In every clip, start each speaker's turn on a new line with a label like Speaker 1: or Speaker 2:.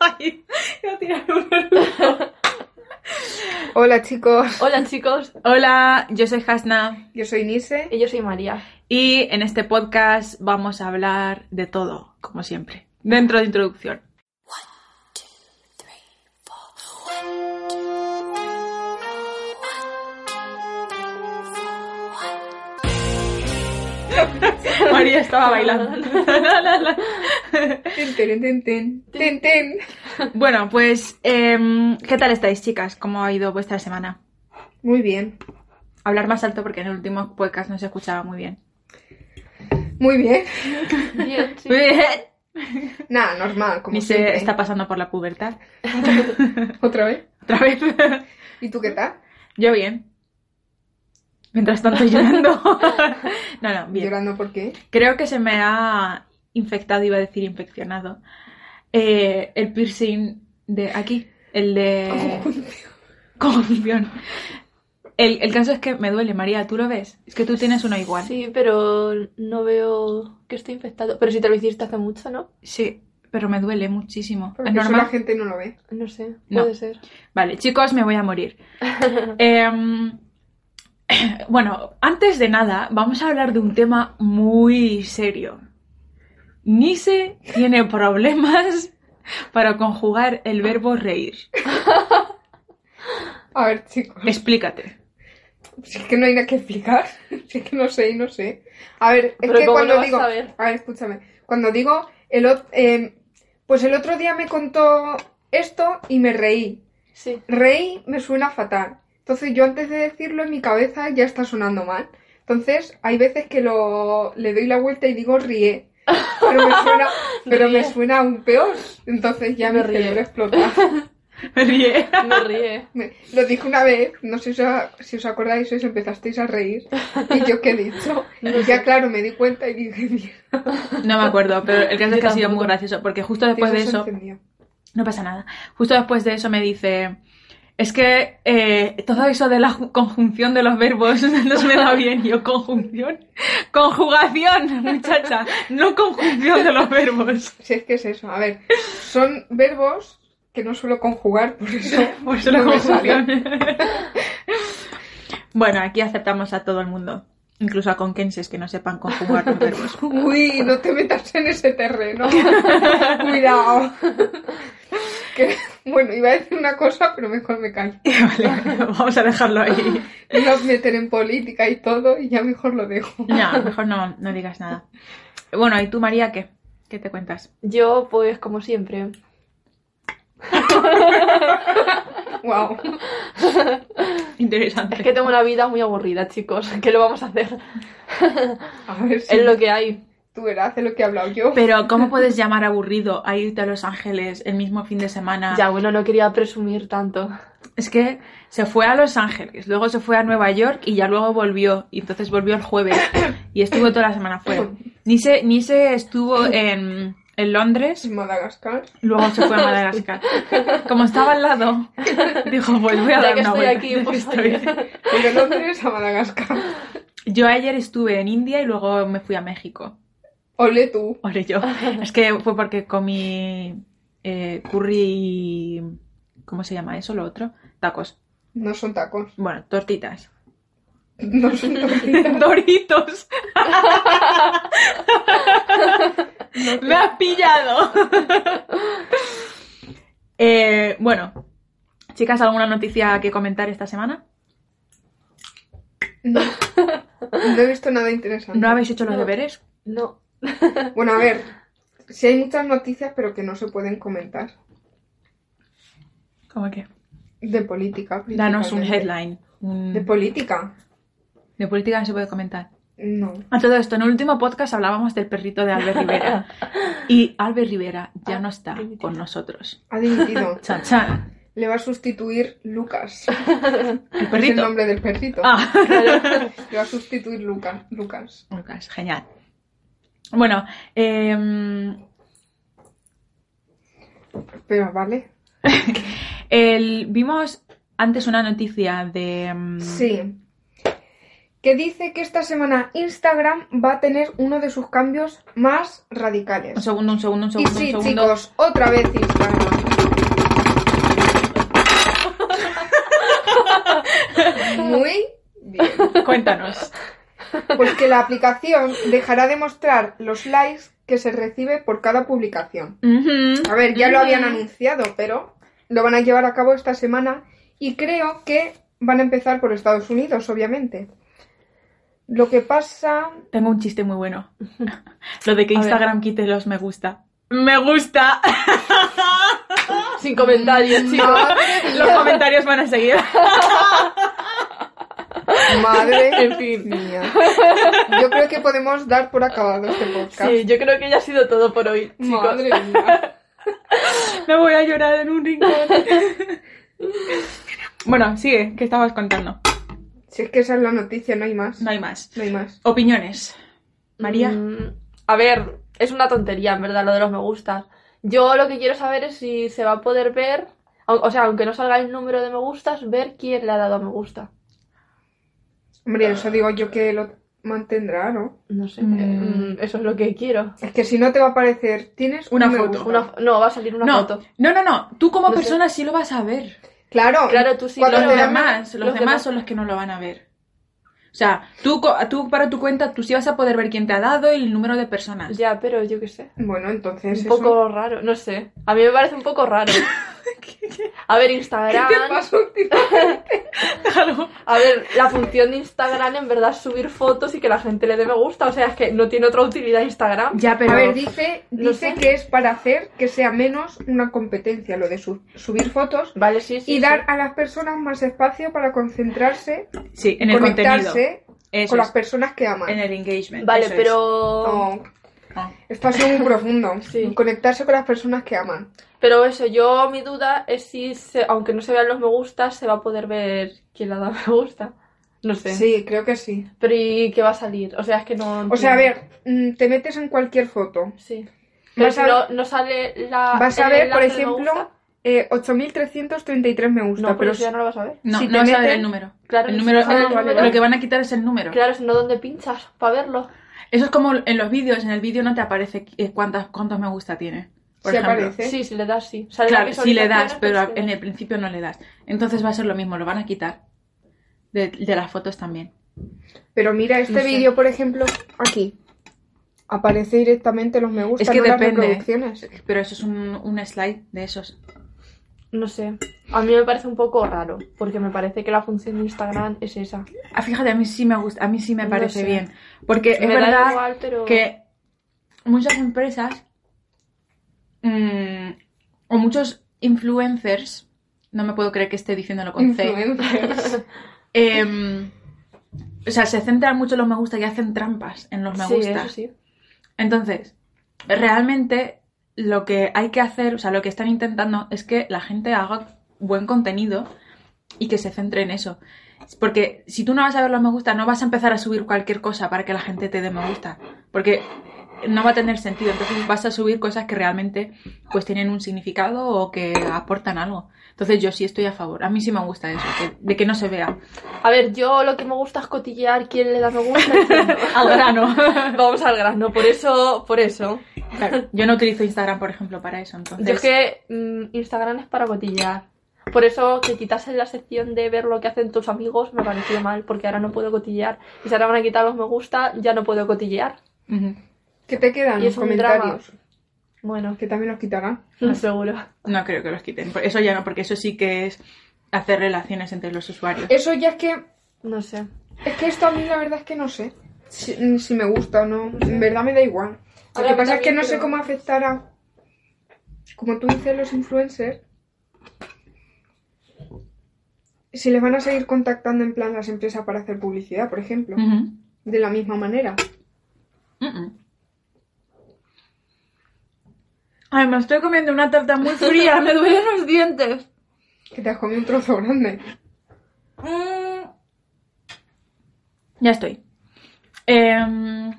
Speaker 1: Ay, iba a tirar un eructo.
Speaker 2: Hola chicos,
Speaker 3: Hola chicos,
Speaker 1: Hola, yo soy Hasna
Speaker 2: yo soy Nise.
Speaker 3: y yo soy María.
Speaker 1: y en este podcast vamos a hablar de todo, como siempre, dentro de introducción. María estaba bailando.
Speaker 2: Ten, ten, ten, ten, ten, ten.
Speaker 1: Bueno, pues, em, ¿qué tal estáis, chicas? ¿Cómo ha ido vuestra semana?
Speaker 2: Muy bien,
Speaker 1: Hablar más alto porque en el último podcast no se escuchaba muy bien.
Speaker 2: muy bien.
Speaker 3: Bien, sí.
Speaker 1: Muy bien.
Speaker 2: Nada, normal, como
Speaker 1: Ni se
Speaker 2: siempre.
Speaker 1: está pasando por la pubertad.
Speaker 2: ¿Otra vez?
Speaker 1: Otra vez.
Speaker 2: ¿Y tú qué tal?
Speaker 1: Yo bien. Mientras tanto llorando. no, no, bien.
Speaker 2: ¿Llorando por qué?
Speaker 1: Creo que se me ha infectado, iba a decir infeccionado, eh, el piercing de aquí, el
Speaker 3: Eh,
Speaker 1: de conjunción. El, el caso es que me duele, María, ¿tú lo ves? Es que tú tienes uno igual.
Speaker 3: Sí, pero no veo que esté infectado. Pero si te lo hiciste hace mucho, ¿no?
Speaker 1: Sí, pero me duele muchísimo.
Speaker 2: Porque
Speaker 1: es
Speaker 2: eso la
Speaker 1: normal.
Speaker 2: gente no lo ve.
Speaker 3: No sé,
Speaker 1: No.
Speaker 3: puede ser.
Speaker 1: Vale, chicos, me voy a morir. Em, bueno, antes de nada, vamos a hablar de un tema muy serio. Nise tiene problemas para conjugar el verbo reír.
Speaker 2: A ver, chicos,
Speaker 1: Explícate.
Speaker 2: si es que no hay nada que explicar. Si es que no sé y no sé. A ver, es
Speaker 3: Pero
Speaker 2: que
Speaker 3: ¿cómo
Speaker 2: cuando
Speaker 3: lo vas
Speaker 2: digo...
Speaker 3: a ver?
Speaker 2: ver, escúchame. Cuando digo... El, ot- eh, pues el otro día me contó esto y me reí.
Speaker 3: Sí.
Speaker 2: Rey me suena fatal. Entonces yo antes de decirlo en mi cabeza ya está sonando mal. Entonces hay veces que lo le doy la vuelta y digo ríe. Pero me suena, pero me
Speaker 3: Ríe.
Speaker 2: suena aún peor. Entonces ya
Speaker 3: No
Speaker 2: mi
Speaker 3: ríe.
Speaker 2: cerebro explota.
Speaker 1: Me ríe.
Speaker 3: Me ríe.
Speaker 2: Me- lo dije una vez, no sé si os, si os acordáis, os empezasteis a reír. Y yo qué he dicho. Y ya claro, me di cuenta y dije, mierda.
Speaker 1: No me acuerdo, pero el caso
Speaker 3: Yo
Speaker 1: es que ha sido
Speaker 3: tampoco.
Speaker 1: muy gracioso, porque justo después de
Speaker 2: Dios, se
Speaker 1: eso,
Speaker 2: encendió.
Speaker 1: no pasa nada, justo después de eso me dice, es que eh, todo eso de la ju- conjunción de los verbos no se me da bien, Y yo conjunción, conjugación, muchacha, no conjunción de los verbos.
Speaker 2: Si es que es eso. A ver, son verbos que no suelo conjugar, por eso.
Speaker 1: Por eso Pues la
Speaker 2: no me sale.
Speaker 1: conjunción. bueno, aquí aceptamos a todo el mundo, incluso a conquenses que no sepan conjugar los verbos.
Speaker 2: Uy, no te metas en ese terreno. Cuidado. Que- bueno, iba a decir una cosa, pero mejor me callo.
Speaker 1: Vale, vamos a dejarlo ahí.
Speaker 2: Me iba a meter en política y todo, y ya mejor lo dejo.
Speaker 1: No, mejor no, no digas nada. Bueno, ¿y tú, María, qué? ¿Qué te cuentas?
Speaker 3: Yo, pues, como siempre.
Speaker 2: Wow.
Speaker 1: Interesante.
Speaker 3: Es que tengo una vida muy aburrida, chicos. ¿Qué lo vamos a hacer?
Speaker 2: A ver si
Speaker 3: Es lo que hay.
Speaker 2: tú verás de lo que he hablado yo.
Speaker 1: Pero, ¿cómo puedes llamar aburrido a irte a Los Ángeles el mismo fin de semana?
Speaker 3: Ya, bueno, no quería presumir tanto.
Speaker 1: Es que se fue a Los Ángeles, luego se fue a Nueva York y ya luego volvió. Y entonces volvió el jueves y estuvo toda la semana fuera. Ni se, ni se estuvo en, en Londres,
Speaker 2: En Madagascar.
Speaker 1: luego se fue a Madagascar. Como estaba al lado, dijo, pues voy a
Speaker 3: Ya
Speaker 1: dar
Speaker 3: que
Speaker 1: una
Speaker 3: estoy
Speaker 1: vuelta,
Speaker 3: aquí,
Speaker 1: ya que
Speaker 3: pues,
Speaker 1: estoy.
Speaker 3: oye.
Speaker 2: De Londres a Madagascar.
Speaker 1: Yo ayer estuve en India y luego me fui a México.
Speaker 2: Ole tú.
Speaker 1: Ole yo. Es que fue porque comí eh, curry y... ¿Cómo se llama eso? Lo otro. Tacos.
Speaker 2: No son tacos.
Speaker 1: Bueno, tortitas.
Speaker 2: No son tortitas.
Speaker 1: Doritos. Me has pillado. Eh, bueno. Chicas, ¿alguna noticia que comentar esta semana?
Speaker 2: No. No he visto nada interesante.
Speaker 1: ¿No habéis hecho los
Speaker 3: No.
Speaker 1: deberes?
Speaker 3: No.
Speaker 2: Bueno, a ver. Si hay muchas noticias, pero que no se pueden comentar.
Speaker 1: ¿Cómo que?
Speaker 2: De política.
Speaker 1: Danos un
Speaker 2: principalmente.
Speaker 1: headline. un-
Speaker 2: De política.
Speaker 1: de política no se puede comentar.
Speaker 2: No.
Speaker 1: A todo esto, en el último podcast hablábamos del perrito de Albert Rivera. Y Albert Rivera ya no está con nosotros.
Speaker 2: Ha dimitido.
Speaker 1: Chan, chan.
Speaker 2: Le va a sustituir Lucas.
Speaker 1: El
Speaker 2: Es el
Speaker 1: perrito.
Speaker 2: nombre del perrito.
Speaker 1: Ah,
Speaker 3: Claro.
Speaker 2: Le va a sustituir Lucas. Lucas.
Speaker 1: Lucas, genial. Bueno, em,
Speaker 2: Pero vale.
Speaker 1: el- vimos antes una noticia de. em,
Speaker 2: Sí. Que dice que esta semana Instagram va a tener uno de sus cambios más radicales.
Speaker 1: Un segundo, un segundo, un
Speaker 2: Y
Speaker 1: segundo,
Speaker 2: sí,
Speaker 1: un segundo.
Speaker 2: chicos, otra vez Instagram. bien.
Speaker 1: Cuéntanos.
Speaker 2: Pues que la aplicación dejará de mostrar los likes que se recibe por cada publicación.
Speaker 1: Ujú.
Speaker 2: A ver, ya lo
Speaker 1: Mm.
Speaker 2: habían anunciado, pero lo van a llevar a cabo esta semana y creo que van a empezar por Estados Unidos, obviamente. Lo que pasa...
Speaker 1: Tengo un chiste muy bueno. Lo de que
Speaker 3: A ver.
Speaker 1: Instagram quite los me gusta. ¡Me gusta!
Speaker 3: Sin comentarios, chicos.
Speaker 1: Los comentarios van a seguir.
Speaker 2: Madre
Speaker 3: En fin.
Speaker 2: mía. Yo creo que podemos dar por acabado este podcast.
Speaker 3: Sí, yo creo que ya ha sido todo por hoy, chicos.
Speaker 2: Madre mía.
Speaker 1: Me voy a llorar en un rincón. Bueno, sigue, que estabas contando.
Speaker 2: Si es que esa es la noticia, no hay más.
Speaker 1: No hay más.
Speaker 2: No hay más.
Speaker 1: Opiniones. María.
Speaker 3: Mm, a ver, es una tontería, en verdad, lo de los me gustas. Yo lo que quiero saber es si se va a poder ver, au- o sea, aunque no salga el número de me gustas, ver quién le ha dado a me gusta.
Speaker 2: Hombre, eso digo yo que lo mantendrá, ¿no?
Speaker 3: No sé,
Speaker 1: Mm.
Speaker 3: eh, mm, eso es lo que quiero.
Speaker 2: Es que si no te va a aparecer, tienes
Speaker 1: Una
Speaker 2: un me
Speaker 1: foto,
Speaker 2: gusta.
Speaker 3: Una fo- no, va a salir una
Speaker 1: no,
Speaker 3: foto.
Speaker 1: no, no, no. Tú como
Speaker 3: No sé.
Speaker 1: persona sí lo vas a ver.
Speaker 2: Claro,
Speaker 3: Claro, tú sí
Speaker 2: Cuando
Speaker 1: Los
Speaker 3: lo
Speaker 2: te
Speaker 3: verás.
Speaker 1: demás, los,
Speaker 3: los
Speaker 1: demás,
Speaker 3: demás.
Speaker 1: son los que no lo van a ver. O sea, tú, co- tú para tu cuenta, tú sí vas a poder ver quién te ha dado y el número de personas.
Speaker 3: Ya, pero yo qué sé.
Speaker 2: Bueno, entonces
Speaker 3: Un
Speaker 2: eso-
Speaker 3: poco raro, no sé. A mí me parece un poco raro. A ver, Instagram.
Speaker 2: ¿Qué pasó, tío?
Speaker 1: Claro.
Speaker 3: A ver, la función de Instagram en verdad es subir fotos y que la gente le dé me gusta. O sea, es que no tiene otra utilidad Instagram.
Speaker 1: Ya, pero...
Speaker 2: A ver, dice,
Speaker 3: no
Speaker 2: dice
Speaker 3: sé.
Speaker 2: que es para hacer que sea menos una competencia lo de su- subir fotos
Speaker 3: Vale, sí, sí.
Speaker 2: y
Speaker 3: sí.
Speaker 2: dar a las personas más espacio para concentrarse,
Speaker 1: sí, en el contenido.
Speaker 2: conectarse
Speaker 1: Eso
Speaker 2: con
Speaker 1: es,
Speaker 2: las personas que aman.
Speaker 1: En el engagement.
Speaker 3: Vale,
Speaker 1: eso es.
Speaker 3: pero.
Speaker 2: Oh,
Speaker 1: Ah.
Speaker 2: esto ha sido muy profundo.
Speaker 3: Sí.
Speaker 2: Conectarse con las personas que aman.
Speaker 3: Pero eso, yo mi duda es si, se- aunque no se vean los me gustas, se va a poder ver quién le ha dado me gusta. No sé.
Speaker 2: Sí, creo que sí.
Speaker 3: Pero ¿y qué va a salir? O sea, es que no.
Speaker 2: O sea, a
Speaker 3: entiendo.
Speaker 2: ver, mm, te metes en cualquier foto.
Speaker 3: Sí. Pero
Speaker 2: Vas
Speaker 3: si
Speaker 2: a-
Speaker 3: no, no sale la.
Speaker 2: Vas a
Speaker 3: Ah, el
Speaker 2: ver, por
Speaker 3: enlace de me
Speaker 2: ejemplo,
Speaker 3: gusta,
Speaker 2: eh, 8.333 me gusta,
Speaker 3: No, pero
Speaker 2: pero
Speaker 3: eso ya no lo vas a ver.
Speaker 1: No,
Speaker 2: si
Speaker 1: no
Speaker 2: te
Speaker 1: vas a ver
Speaker 2: meten-
Speaker 1: el número.
Speaker 3: Claro,
Speaker 1: el
Speaker 3: no
Speaker 1: número,
Speaker 3: se sabe el número.
Speaker 1: Lo que van a quitar es el número.
Speaker 3: Claro, si no, ¿dónde pinchas para verlo?
Speaker 1: Eso es como en los vídeos. En el vídeo no te aparece eh, cuántas, cuántos me gusta tiene. Por
Speaker 2: Sí
Speaker 1: ejemplo.
Speaker 2: aparece.
Speaker 3: Sí,
Speaker 2: ¿Sí?
Speaker 3: si le das, sí. Sale la
Speaker 1: Claro, si le das,
Speaker 3: visualización,
Speaker 1: pero
Speaker 3: entonces le
Speaker 1: en
Speaker 3: das.
Speaker 1: el principio no le das. Entonces va a ser lo mismo, lo van a quitar. De, de las fotos también.
Speaker 2: Pero mira, este
Speaker 1: No sé.
Speaker 2: vídeo, por ejemplo, aquí. Aparece directamente los me gusta,
Speaker 1: Es que
Speaker 2: no las
Speaker 1: depende.
Speaker 2: reproducciones.
Speaker 1: Pero eso es un, un slide de esos.
Speaker 3: No sé. A mí me parece un poco raro, porque me parece que la función de Instagram es esa.
Speaker 1: Ah, fíjate, a mí sí me gusta, a mí sí me
Speaker 3: No
Speaker 1: parece
Speaker 3: sé.
Speaker 1: bien. Porque es
Speaker 3: me da
Speaker 1: verdad
Speaker 3: igual, pero...
Speaker 1: que muchas empresas mm, o muchos influencers, no me puedo creer que esté diciéndolo con C,
Speaker 2: Influencers.
Speaker 1: em, o sea, se centran mucho en los me gusta y hacen trampas en los me
Speaker 3: sí,
Speaker 1: gusta.
Speaker 3: eso sí.
Speaker 1: Entonces, realmente lo que hay que hacer, o sea, lo que están intentando es que la gente haga buen contenido y que se centre en eso. Porque si tú no vas a ver los me gusta, no vas a empezar a subir cualquier cosa para que la gente te dé me gusta. Porque no va a tener sentido. Entonces vas a subir cosas que realmente pues tienen un significado o que aportan algo. Entonces yo sí estoy a favor. A mí sí me gusta eso, que- de que no se vea.
Speaker 3: A ver, yo lo que me gusta es cotillear quién le da me gusta. y quién no.
Speaker 1: Al grano.
Speaker 3: Vamos al grano, por eso, por eso.
Speaker 1: Claro, yo no utilizo Instagram, por ejemplo, para eso. Entonces...
Speaker 3: Yo es que mm, Instagram es para cotillear. Por eso que quitasen la sección de ver lo que hacen tus amigos me pareció mal, porque ahora no puedo cotillear. Y si ahora van a quitar los me gusta, ya no puedo cotillear.
Speaker 1: Ujú.
Speaker 2: ¿Qué te quedan
Speaker 3: Y
Speaker 2: los
Speaker 3: es un drama.
Speaker 2: comentarios?
Speaker 3: Bueno,
Speaker 2: Que también los quitarán.
Speaker 3: seguro.
Speaker 1: No creo que los quiten. Por- Eso ya no, porque eso sí que es hacer relaciones entre los usuarios.
Speaker 2: Eso ya es que.
Speaker 3: No sé.
Speaker 2: Es que esto a mí la verdad es que no sé. Si, si me gusta o no. En verdad me da igual.
Speaker 3: A
Speaker 2: Lo
Speaker 3: ver,
Speaker 2: que
Speaker 3: a mí
Speaker 2: pasa es que
Speaker 3: también,
Speaker 2: no sé
Speaker 3: pero-
Speaker 2: cómo afectará. Como tú dices, los influencers. Si les van a seguir contactando en plan las empresas para hacer publicidad, por ejemplo.
Speaker 1: Ujú.
Speaker 2: De la misma manera.
Speaker 1: Mm-mm. Ay, me estoy comiendo una tarta muy fría, me duelen los dientes.
Speaker 2: Que te has comido un trozo grande.
Speaker 1: Mm. Ya estoy. Em,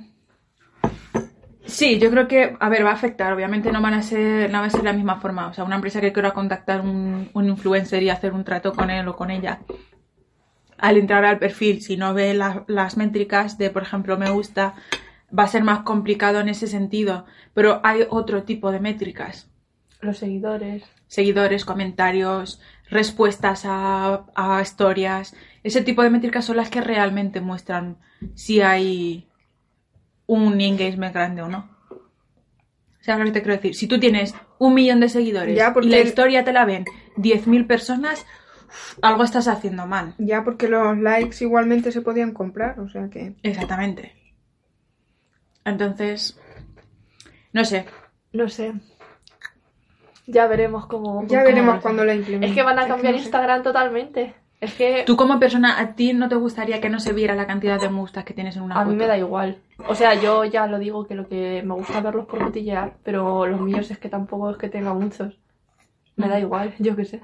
Speaker 1: sí, yo creo que, a ver, va a afectar. Obviamente no van a ser, no va a ser de la misma forma. O sea, una empresa que quiera contactar un, un influencer y hacer un trato con él o con ella. Al entrar al perfil, si no ve la- las métricas de, por ejemplo, me gusta, va a ser más complicado en ese sentido. Pero hay otro tipo de métricas.
Speaker 3: Los seguidores.
Speaker 1: seguidores, comentarios, respuestas a, a historias. Ese tipo de métricas son las que realmente muestran si hay un engagement grande o no. ¿Sabes lo que te quiero decir? Si tú tienes un millón de seguidores
Speaker 2: Ya, porque
Speaker 1: y la
Speaker 2: el-
Speaker 1: historia te la ven 10.000 personas, uf, algo estás haciendo mal.
Speaker 2: Ya porque los likes igualmente se podían comprar, o sea que...
Speaker 1: Exactamente. Entonces, no sé.
Speaker 3: No sé. Ya veremos cómo.
Speaker 2: Ya
Speaker 3: cómo
Speaker 2: veremos
Speaker 3: va.
Speaker 2: cuándo la implementan.
Speaker 3: Es que van a cambiar
Speaker 2: no sé.
Speaker 3: Instagram totalmente. Es que
Speaker 1: Tú como persona, ¿a ti no te gustaría que no se viera la cantidad de me gustas que tienes en una
Speaker 3: a mí
Speaker 1: foto?
Speaker 3: me da igual. O sea, yo ya lo digo que lo que me gusta verlos por cotillear, pero los míos es que tampoco es que tenga muchos. Me da igual, yo qué sé.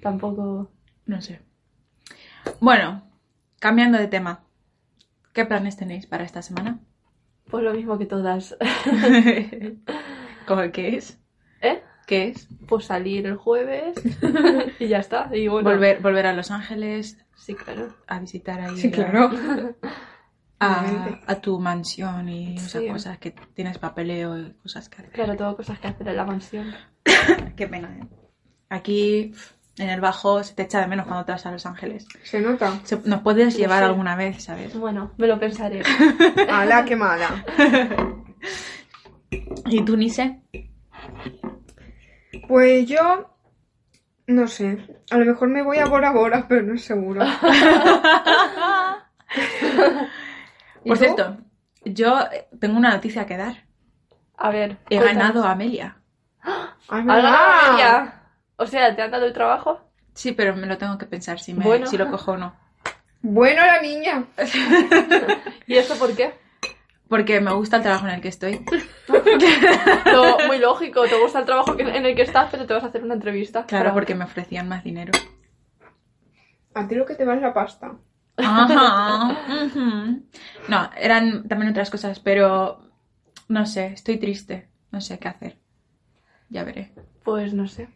Speaker 3: Tampoco.
Speaker 1: No sé. Bueno, cambiando de tema. ¿Qué planes tenéis para esta semana?
Speaker 3: Pues lo mismo que todas.
Speaker 1: ¿Cómo- ¿Qué es?
Speaker 3: ¿Eh?
Speaker 1: ¿Qué es?
Speaker 3: Pues salir el jueves y ya está. Y bueno.
Speaker 1: Volver, volver a Los Ángeles
Speaker 3: Sí, claro.
Speaker 1: a visitar ahí
Speaker 2: Sí,
Speaker 1: la-
Speaker 2: claro.
Speaker 1: a, a tu mansión y esas
Speaker 3: Sí.
Speaker 1: cosas que tienes papeleo y cosas que hacer.
Speaker 3: Claro, tengo cosas que hacer en la mansión.
Speaker 1: Qué pena, ¿eh? Aquí, en el bajo, se te echa de menos cuando te vas a Los Ángeles.
Speaker 2: Se nota.
Speaker 1: Se- nos puedes
Speaker 3: No
Speaker 1: llevar
Speaker 3: sé.
Speaker 1: alguna vez, ¿sabes?
Speaker 3: Bueno, me lo pensaré.
Speaker 2: Ala, qué mala.
Speaker 1: ¿Y tú, Nise?
Speaker 2: Pues yo... No sé. A lo mejor me voy a Bora Bora, pero no es seguro. ¿Y
Speaker 1: Por
Speaker 3: Pues
Speaker 2: tú?
Speaker 1: cierto, yo eh, tengo una noticia que dar.
Speaker 3: A ver.
Speaker 1: He
Speaker 3: cuéntame.
Speaker 1: ganado a Amelia.
Speaker 2: Ah, es
Speaker 3: ¿Has ganado
Speaker 2: verdad.
Speaker 3: a media? O sea, ¿te han dado el trabajo?
Speaker 1: Sí, pero me lo tengo que pensar si, me,
Speaker 3: Bueno.
Speaker 1: si lo cojo o no.
Speaker 2: Bueno, la niña.
Speaker 3: ¿Y eso por qué?
Speaker 1: Porque me gusta el trabajo en el que estoy.
Speaker 3: Lo- muy lógico, te gusta el trabajo que- en el que estás, pero te vas a hacer una entrevista.
Speaker 1: Claro,
Speaker 3: Para-
Speaker 1: porque me ofrecían más dinero.
Speaker 2: A ti lo que te va es la pasta.
Speaker 1: Ajá. ujú. No, eran también otras cosas, pero no sé, estoy triste. No sé qué hacer. Ya veré.
Speaker 3: Pues no sé.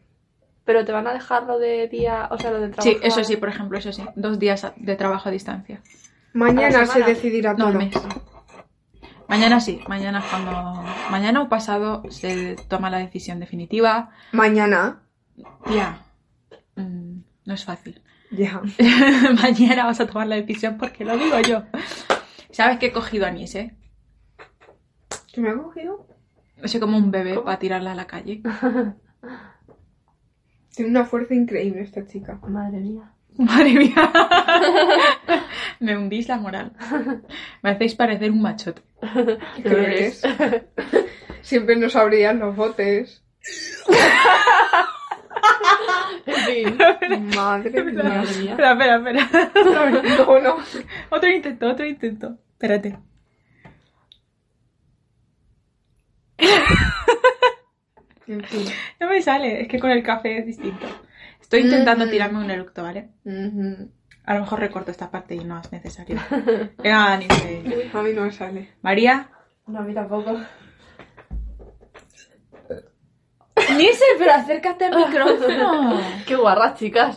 Speaker 3: Pero te van a dejar lo de día, o sea, lo de trabajo.
Speaker 1: Sí, eso sí, por ejemplo, eso sí. Dos días a- de trabajo a distancia.
Speaker 2: Mañana
Speaker 3: la
Speaker 2: se
Speaker 3: semana.
Speaker 2: decidirá
Speaker 1: No,
Speaker 2: todo.
Speaker 1: un mes. Mañana sí, mañana es cuando. Mañana o pasado se toma la decisión definitiva.
Speaker 2: Mañana.
Speaker 1: Ya. Mm, no es fácil.
Speaker 2: Ya.
Speaker 1: mañana vas a tomar la decisión porque lo digo yo. ¿Sabes que he cogido anís, eh?
Speaker 2: ¿Que me ha cogido?
Speaker 1: Soy como un bebé
Speaker 3: ¿Cómo?
Speaker 1: para tirarla a la calle.
Speaker 2: Tiene una fuerza increíble esta chica.
Speaker 3: Madre mía.
Speaker 1: Madre mía. Me hundís la moral. Me hacéis parecer un machote.
Speaker 2: ¿Qué eres? Siempre nos abrían los botes.
Speaker 3: En fin.
Speaker 2: Madre mía.
Speaker 3: Madre mía.
Speaker 1: Espera, espera, espera.
Speaker 2: No, no.
Speaker 1: Otro intento, otro intento. Espérate.
Speaker 2: En fin.
Speaker 1: No me sale, es que con el café es distinto. Estoy intentando
Speaker 2: Mm.
Speaker 1: tirarme un eructo, ¿vale?
Speaker 2: Ujú.
Speaker 1: A lo mejor recorto esta parte y no es necesario. Venga, Anise.
Speaker 2: A mí no me sale.
Speaker 1: María.
Speaker 3: No, a mí tampoco.
Speaker 1: Nise, pero acércate al micrófono.
Speaker 3: Qué guarras, chicas.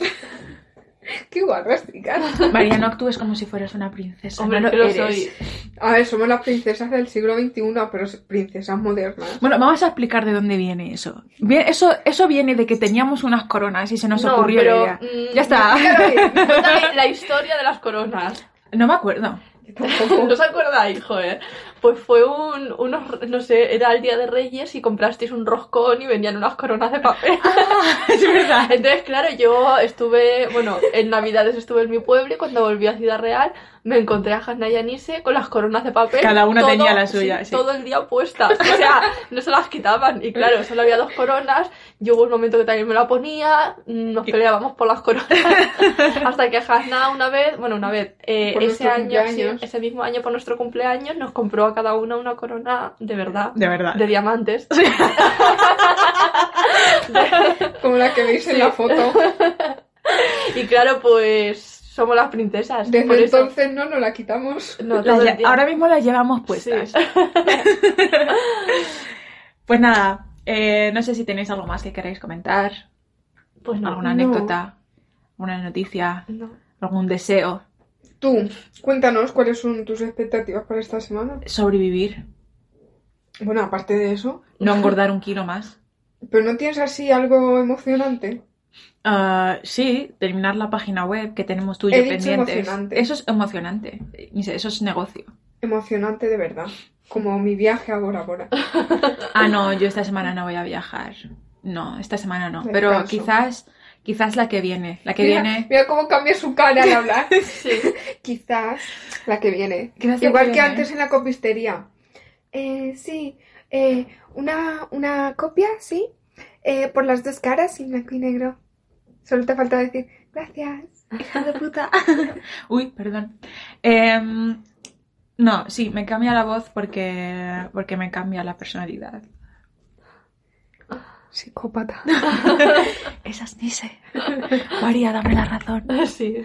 Speaker 2: Qué guarras, chicas.
Speaker 1: María, no actúes como si fueras una princesa.
Speaker 3: Hombre,
Speaker 1: no
Speaker 3: que
Speaker 1: lo
Speaker 3: lo
Speaker 1: eres.
Speaker 3: soy.
Speaker 2: A ver, somos las princesas del siglo XXI, pero s- princesas modernas.
Speaker 1: Bueno, vamos a explicar de dónde viene eso. Bien, eso, eso viene de que teníamos unas coronas y se nos
Speaker 3: No,
Speaker 1: ocurrió
Speaker 3: pero,
Speaker 1: la idea.
Speaker 3: mm,
Speaker 1: ya está.
Speaker 2: Claro que-
Speaker 3: Cuéntame la historia de las coronas.
Speaker 1: No me acuerdo.
Speaker 2: yo
Speaker 3: ¿No
Speaker 2: tampoco.
Speaker 3: os acordáis, joder? Pues fue un, unos, no sé, era el Día de Reyes y comprasteis un roscón y venían unas coronas de papel.
Speaker 1: es verdad.
Speaker 3: Entonces, claro, yo estuve, bueno, en Navidades estuve en mi pueblo y cuando volví a Ciudad Real me encontré a Hanna y a Nise con las coronas de papel.
Speaker 1: Cada una tenía la suya, sí.
Speaker 3: Todo el día puestas, o sea, no se las quitaban. Y claro, solo había dos coronas, yo hubo un momento que también me la ponía, nos peleábamos por las coronas. Hasta que Hanna una vez, bueno, una vez, eh,
Speaker 2: Por
Speaker 3: ese
Speaker 2: nuestro
Speaker 3: año, sí,
Speaker 2: cumpleaños.
Speaker 3: ese mismo año por nuestro cumpleaños, nos compró a cada una una corona de verdad.
Speaker 1: De verdad.
Speaker 3: De diamantes.
Speaker 2: Como la que veis en la foto.
Speaker 3: Y claro, pues somos las princesas. por
Speaker 2: Desde
Speaker 3: eso.
Speaker 2: entonces no nos la quitamos.
Speaker 3: No,
Speaker 1: La
Speaker 3: todo
Speaker 1: lle-
Speaker 3: el día.
Speaker 1: ahora mismo las llevamos puestas.
Speaker 3: Sí.
Speaker 1: Pues nada, eh, no sé si tenéis algo más que queráis comentar.
Speaker 3: Pues no.
Speaker 1: Alguna
Speaker 2: no.
Speaker 1: anécdota, una noticia,
Speaker 3: No.
Speaker 1: algún deseo.
Speaker 2: Tú, cuéntanos cuáles son tus expectativas para esta semana.
Speaker 1: Sobrevivir.
Speaker 2: Bueno, aparte de eso,
Speaker 1: No engordar un kilo más.
Speaker 2: Pero no tienes así algo emocionante.
Speaker 1: Ah, sí, terminar la página web que tenemos tuyo
Speaker 2: He dicho
Speaker 1: pendientes.
Speaker 2: emocionante.
Speaker 1: Eso es emocionante. Dice, Eso es negocio.
Speaker 2: Emocionante de verdad. Como mi viaje a Bora Bora.
Speaker 1: Ah, no, yo esta semana no voy a viajar. No, esta semana no. Pero
Speaker 2: Descanso.
Speaker 1: quizás, quizás la que viene. La que
Speaker 2: mira,
Speaker 1: viene.
Speaker 2: mira cómo cambia su cara al hablar.
Speaker 3: Sí.
Speaker 2: Quizás la que viene.
Speaker 1: Quizás la
Speaker 2: Igual
Speaker 1: que
Speaker 2: que,
Speaker 1: viene.
Speaker 2: antes en la copistería. Eh, sí, eh, una, una copia, sí. Eh, por las dos caras, en blanco y negro. Solo te falta decir, gracias, hija de puta.
Speaker 1: Uy, perdón. Em, no, sí, me cambia la voz porque, porque me cambia la personalidad.
Speaker 2: Psicópata.
Speaker 1: Esa es Nise. María, dame la razón.
Speaker 3: Sí.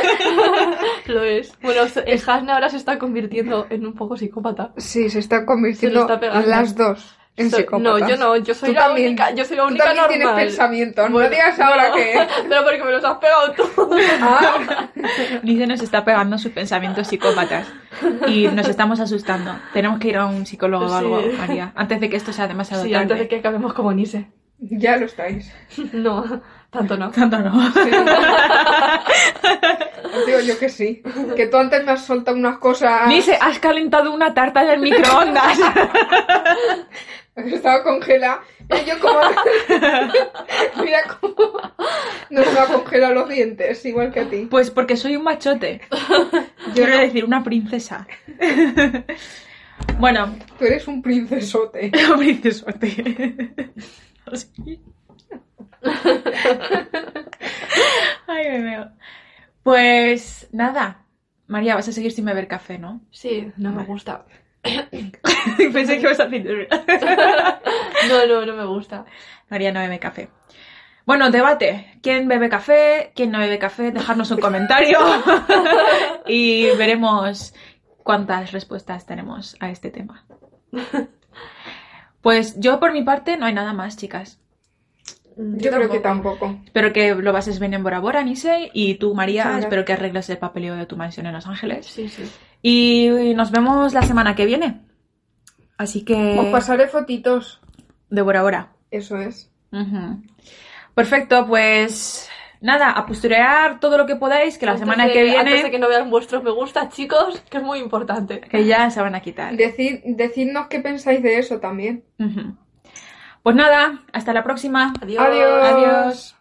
Speaker 3: Lo es. Bueno, el Hasna ahora se está convirtiendo en un poco psicópata.
Speaker 2: Sí, se está
Speaker 3: Se
Speaker 2: convirtiendo
Speaker 3: lo está pegando.
Speaker 2: las dos en
Speaker 3: So-
Speaker 2: psicópatas.
Speaker 3: No, yo no, yo soy
Speaker 2: Tú
Speaker 3: la
Speaker 2: también.
Speaker 3: única, yo soy la
Speaker 2: Tú
Speaker 3: única
Speaker 2: también
Speaker 3: normal.
Speaker 2: tienes pensamientos,
Speaker 3: Bueno,
Speaker 2: no digas ahora
Speaker 3: no,
Speaker 2: que...
Speaker 3: Pero porque me los has pegado tú.
Speaker 2: Ah,
Speaker 1: Nise nos está pegando sus pensamientos psicópatas y nos estamos asustando. Tenemos que ir a un psicólogo o algo,
Speaker 3: Sí.
Speaker 1: María, antes de que esto sea demasiado
Speaker 3: Sí,
Speaker 1: tarde.
Speaker 3: antes de que acabemos como Nise.
Speaker 2: ya lo estáis.
Speaker 3: No, tanto no.
Speaker 1: Tanto no.
Speaker 2: Os digo yo que sí. Que tú antes me has soltado unas cosas...
Speaker 1: Nise, has calentado una tarta en el microondas.
Speaker 2: Estaba congelada. Mira yo como... Mira cómo... No se me ha congelado los dientes, igual que a ti.
Speaker 1: Pues porque soy un machote. Yo quiero decir, una princesa. bueno,
Speaker 2: Tú eres un princesote.
Speaker 1: un princesote. Así. Ay, me veo. Pues nada. María, vas a seguir sin beber café, ¿no?
Speaker 3: Sí, no me gusta.
Speaker 1: Pensé que ibas a decir.
Speaker 3: No, no, no me gusta.
Speaker 1: María no bebe café. Bueno, debate. ¿Quién bebe café? ¿Quién no bebe café? Dejarnos un comentario. y veremos cuántas respuestas tenemos a este tema. Pues yo por mi parte no hay nada más, chicas.
Speaker 2: Mm, Yo creo que tampoco.
Speaker 1: Espero que lo pases bien en Bora Bora, Nise. Y tú, María,
Speaker 2: Muchas gracias.
Speaker 1: espero que arregles el papeleo de tu mansión en Los Ángeles.
Speaker 3: Sí, sí.
Speaker 1: Y nos vemos la semana que viene. Así
Speaker 2: Os
Speaker 1: que...
Speaker 2: pasaré fotitos.
Speaker 1: De Bora Bora.
Speaker 2: Eso es.
Speaker 1: Ujú. Perfecto, pues nada, a posturear todo lo que podáis, que la
Speaker 3: Antes
Speaker 1: semana
Speaker 3: de-
Speaker 1: que
Speaker 3: Antes de
Speaker 1: viene,
Speaker 3: que no vean vuestros me gusta, chicos, que es muy importante.
Speaker 1: que ya se van a quitar.
Speaker 2: Decid, decidnos qué pensáis de eso también.
Speaker 1: Ujú. Pues nada, hasta la próxima.
Speaker 3: Adiós.
Speaker 2: Adiós.
Speaker 1: Adiós.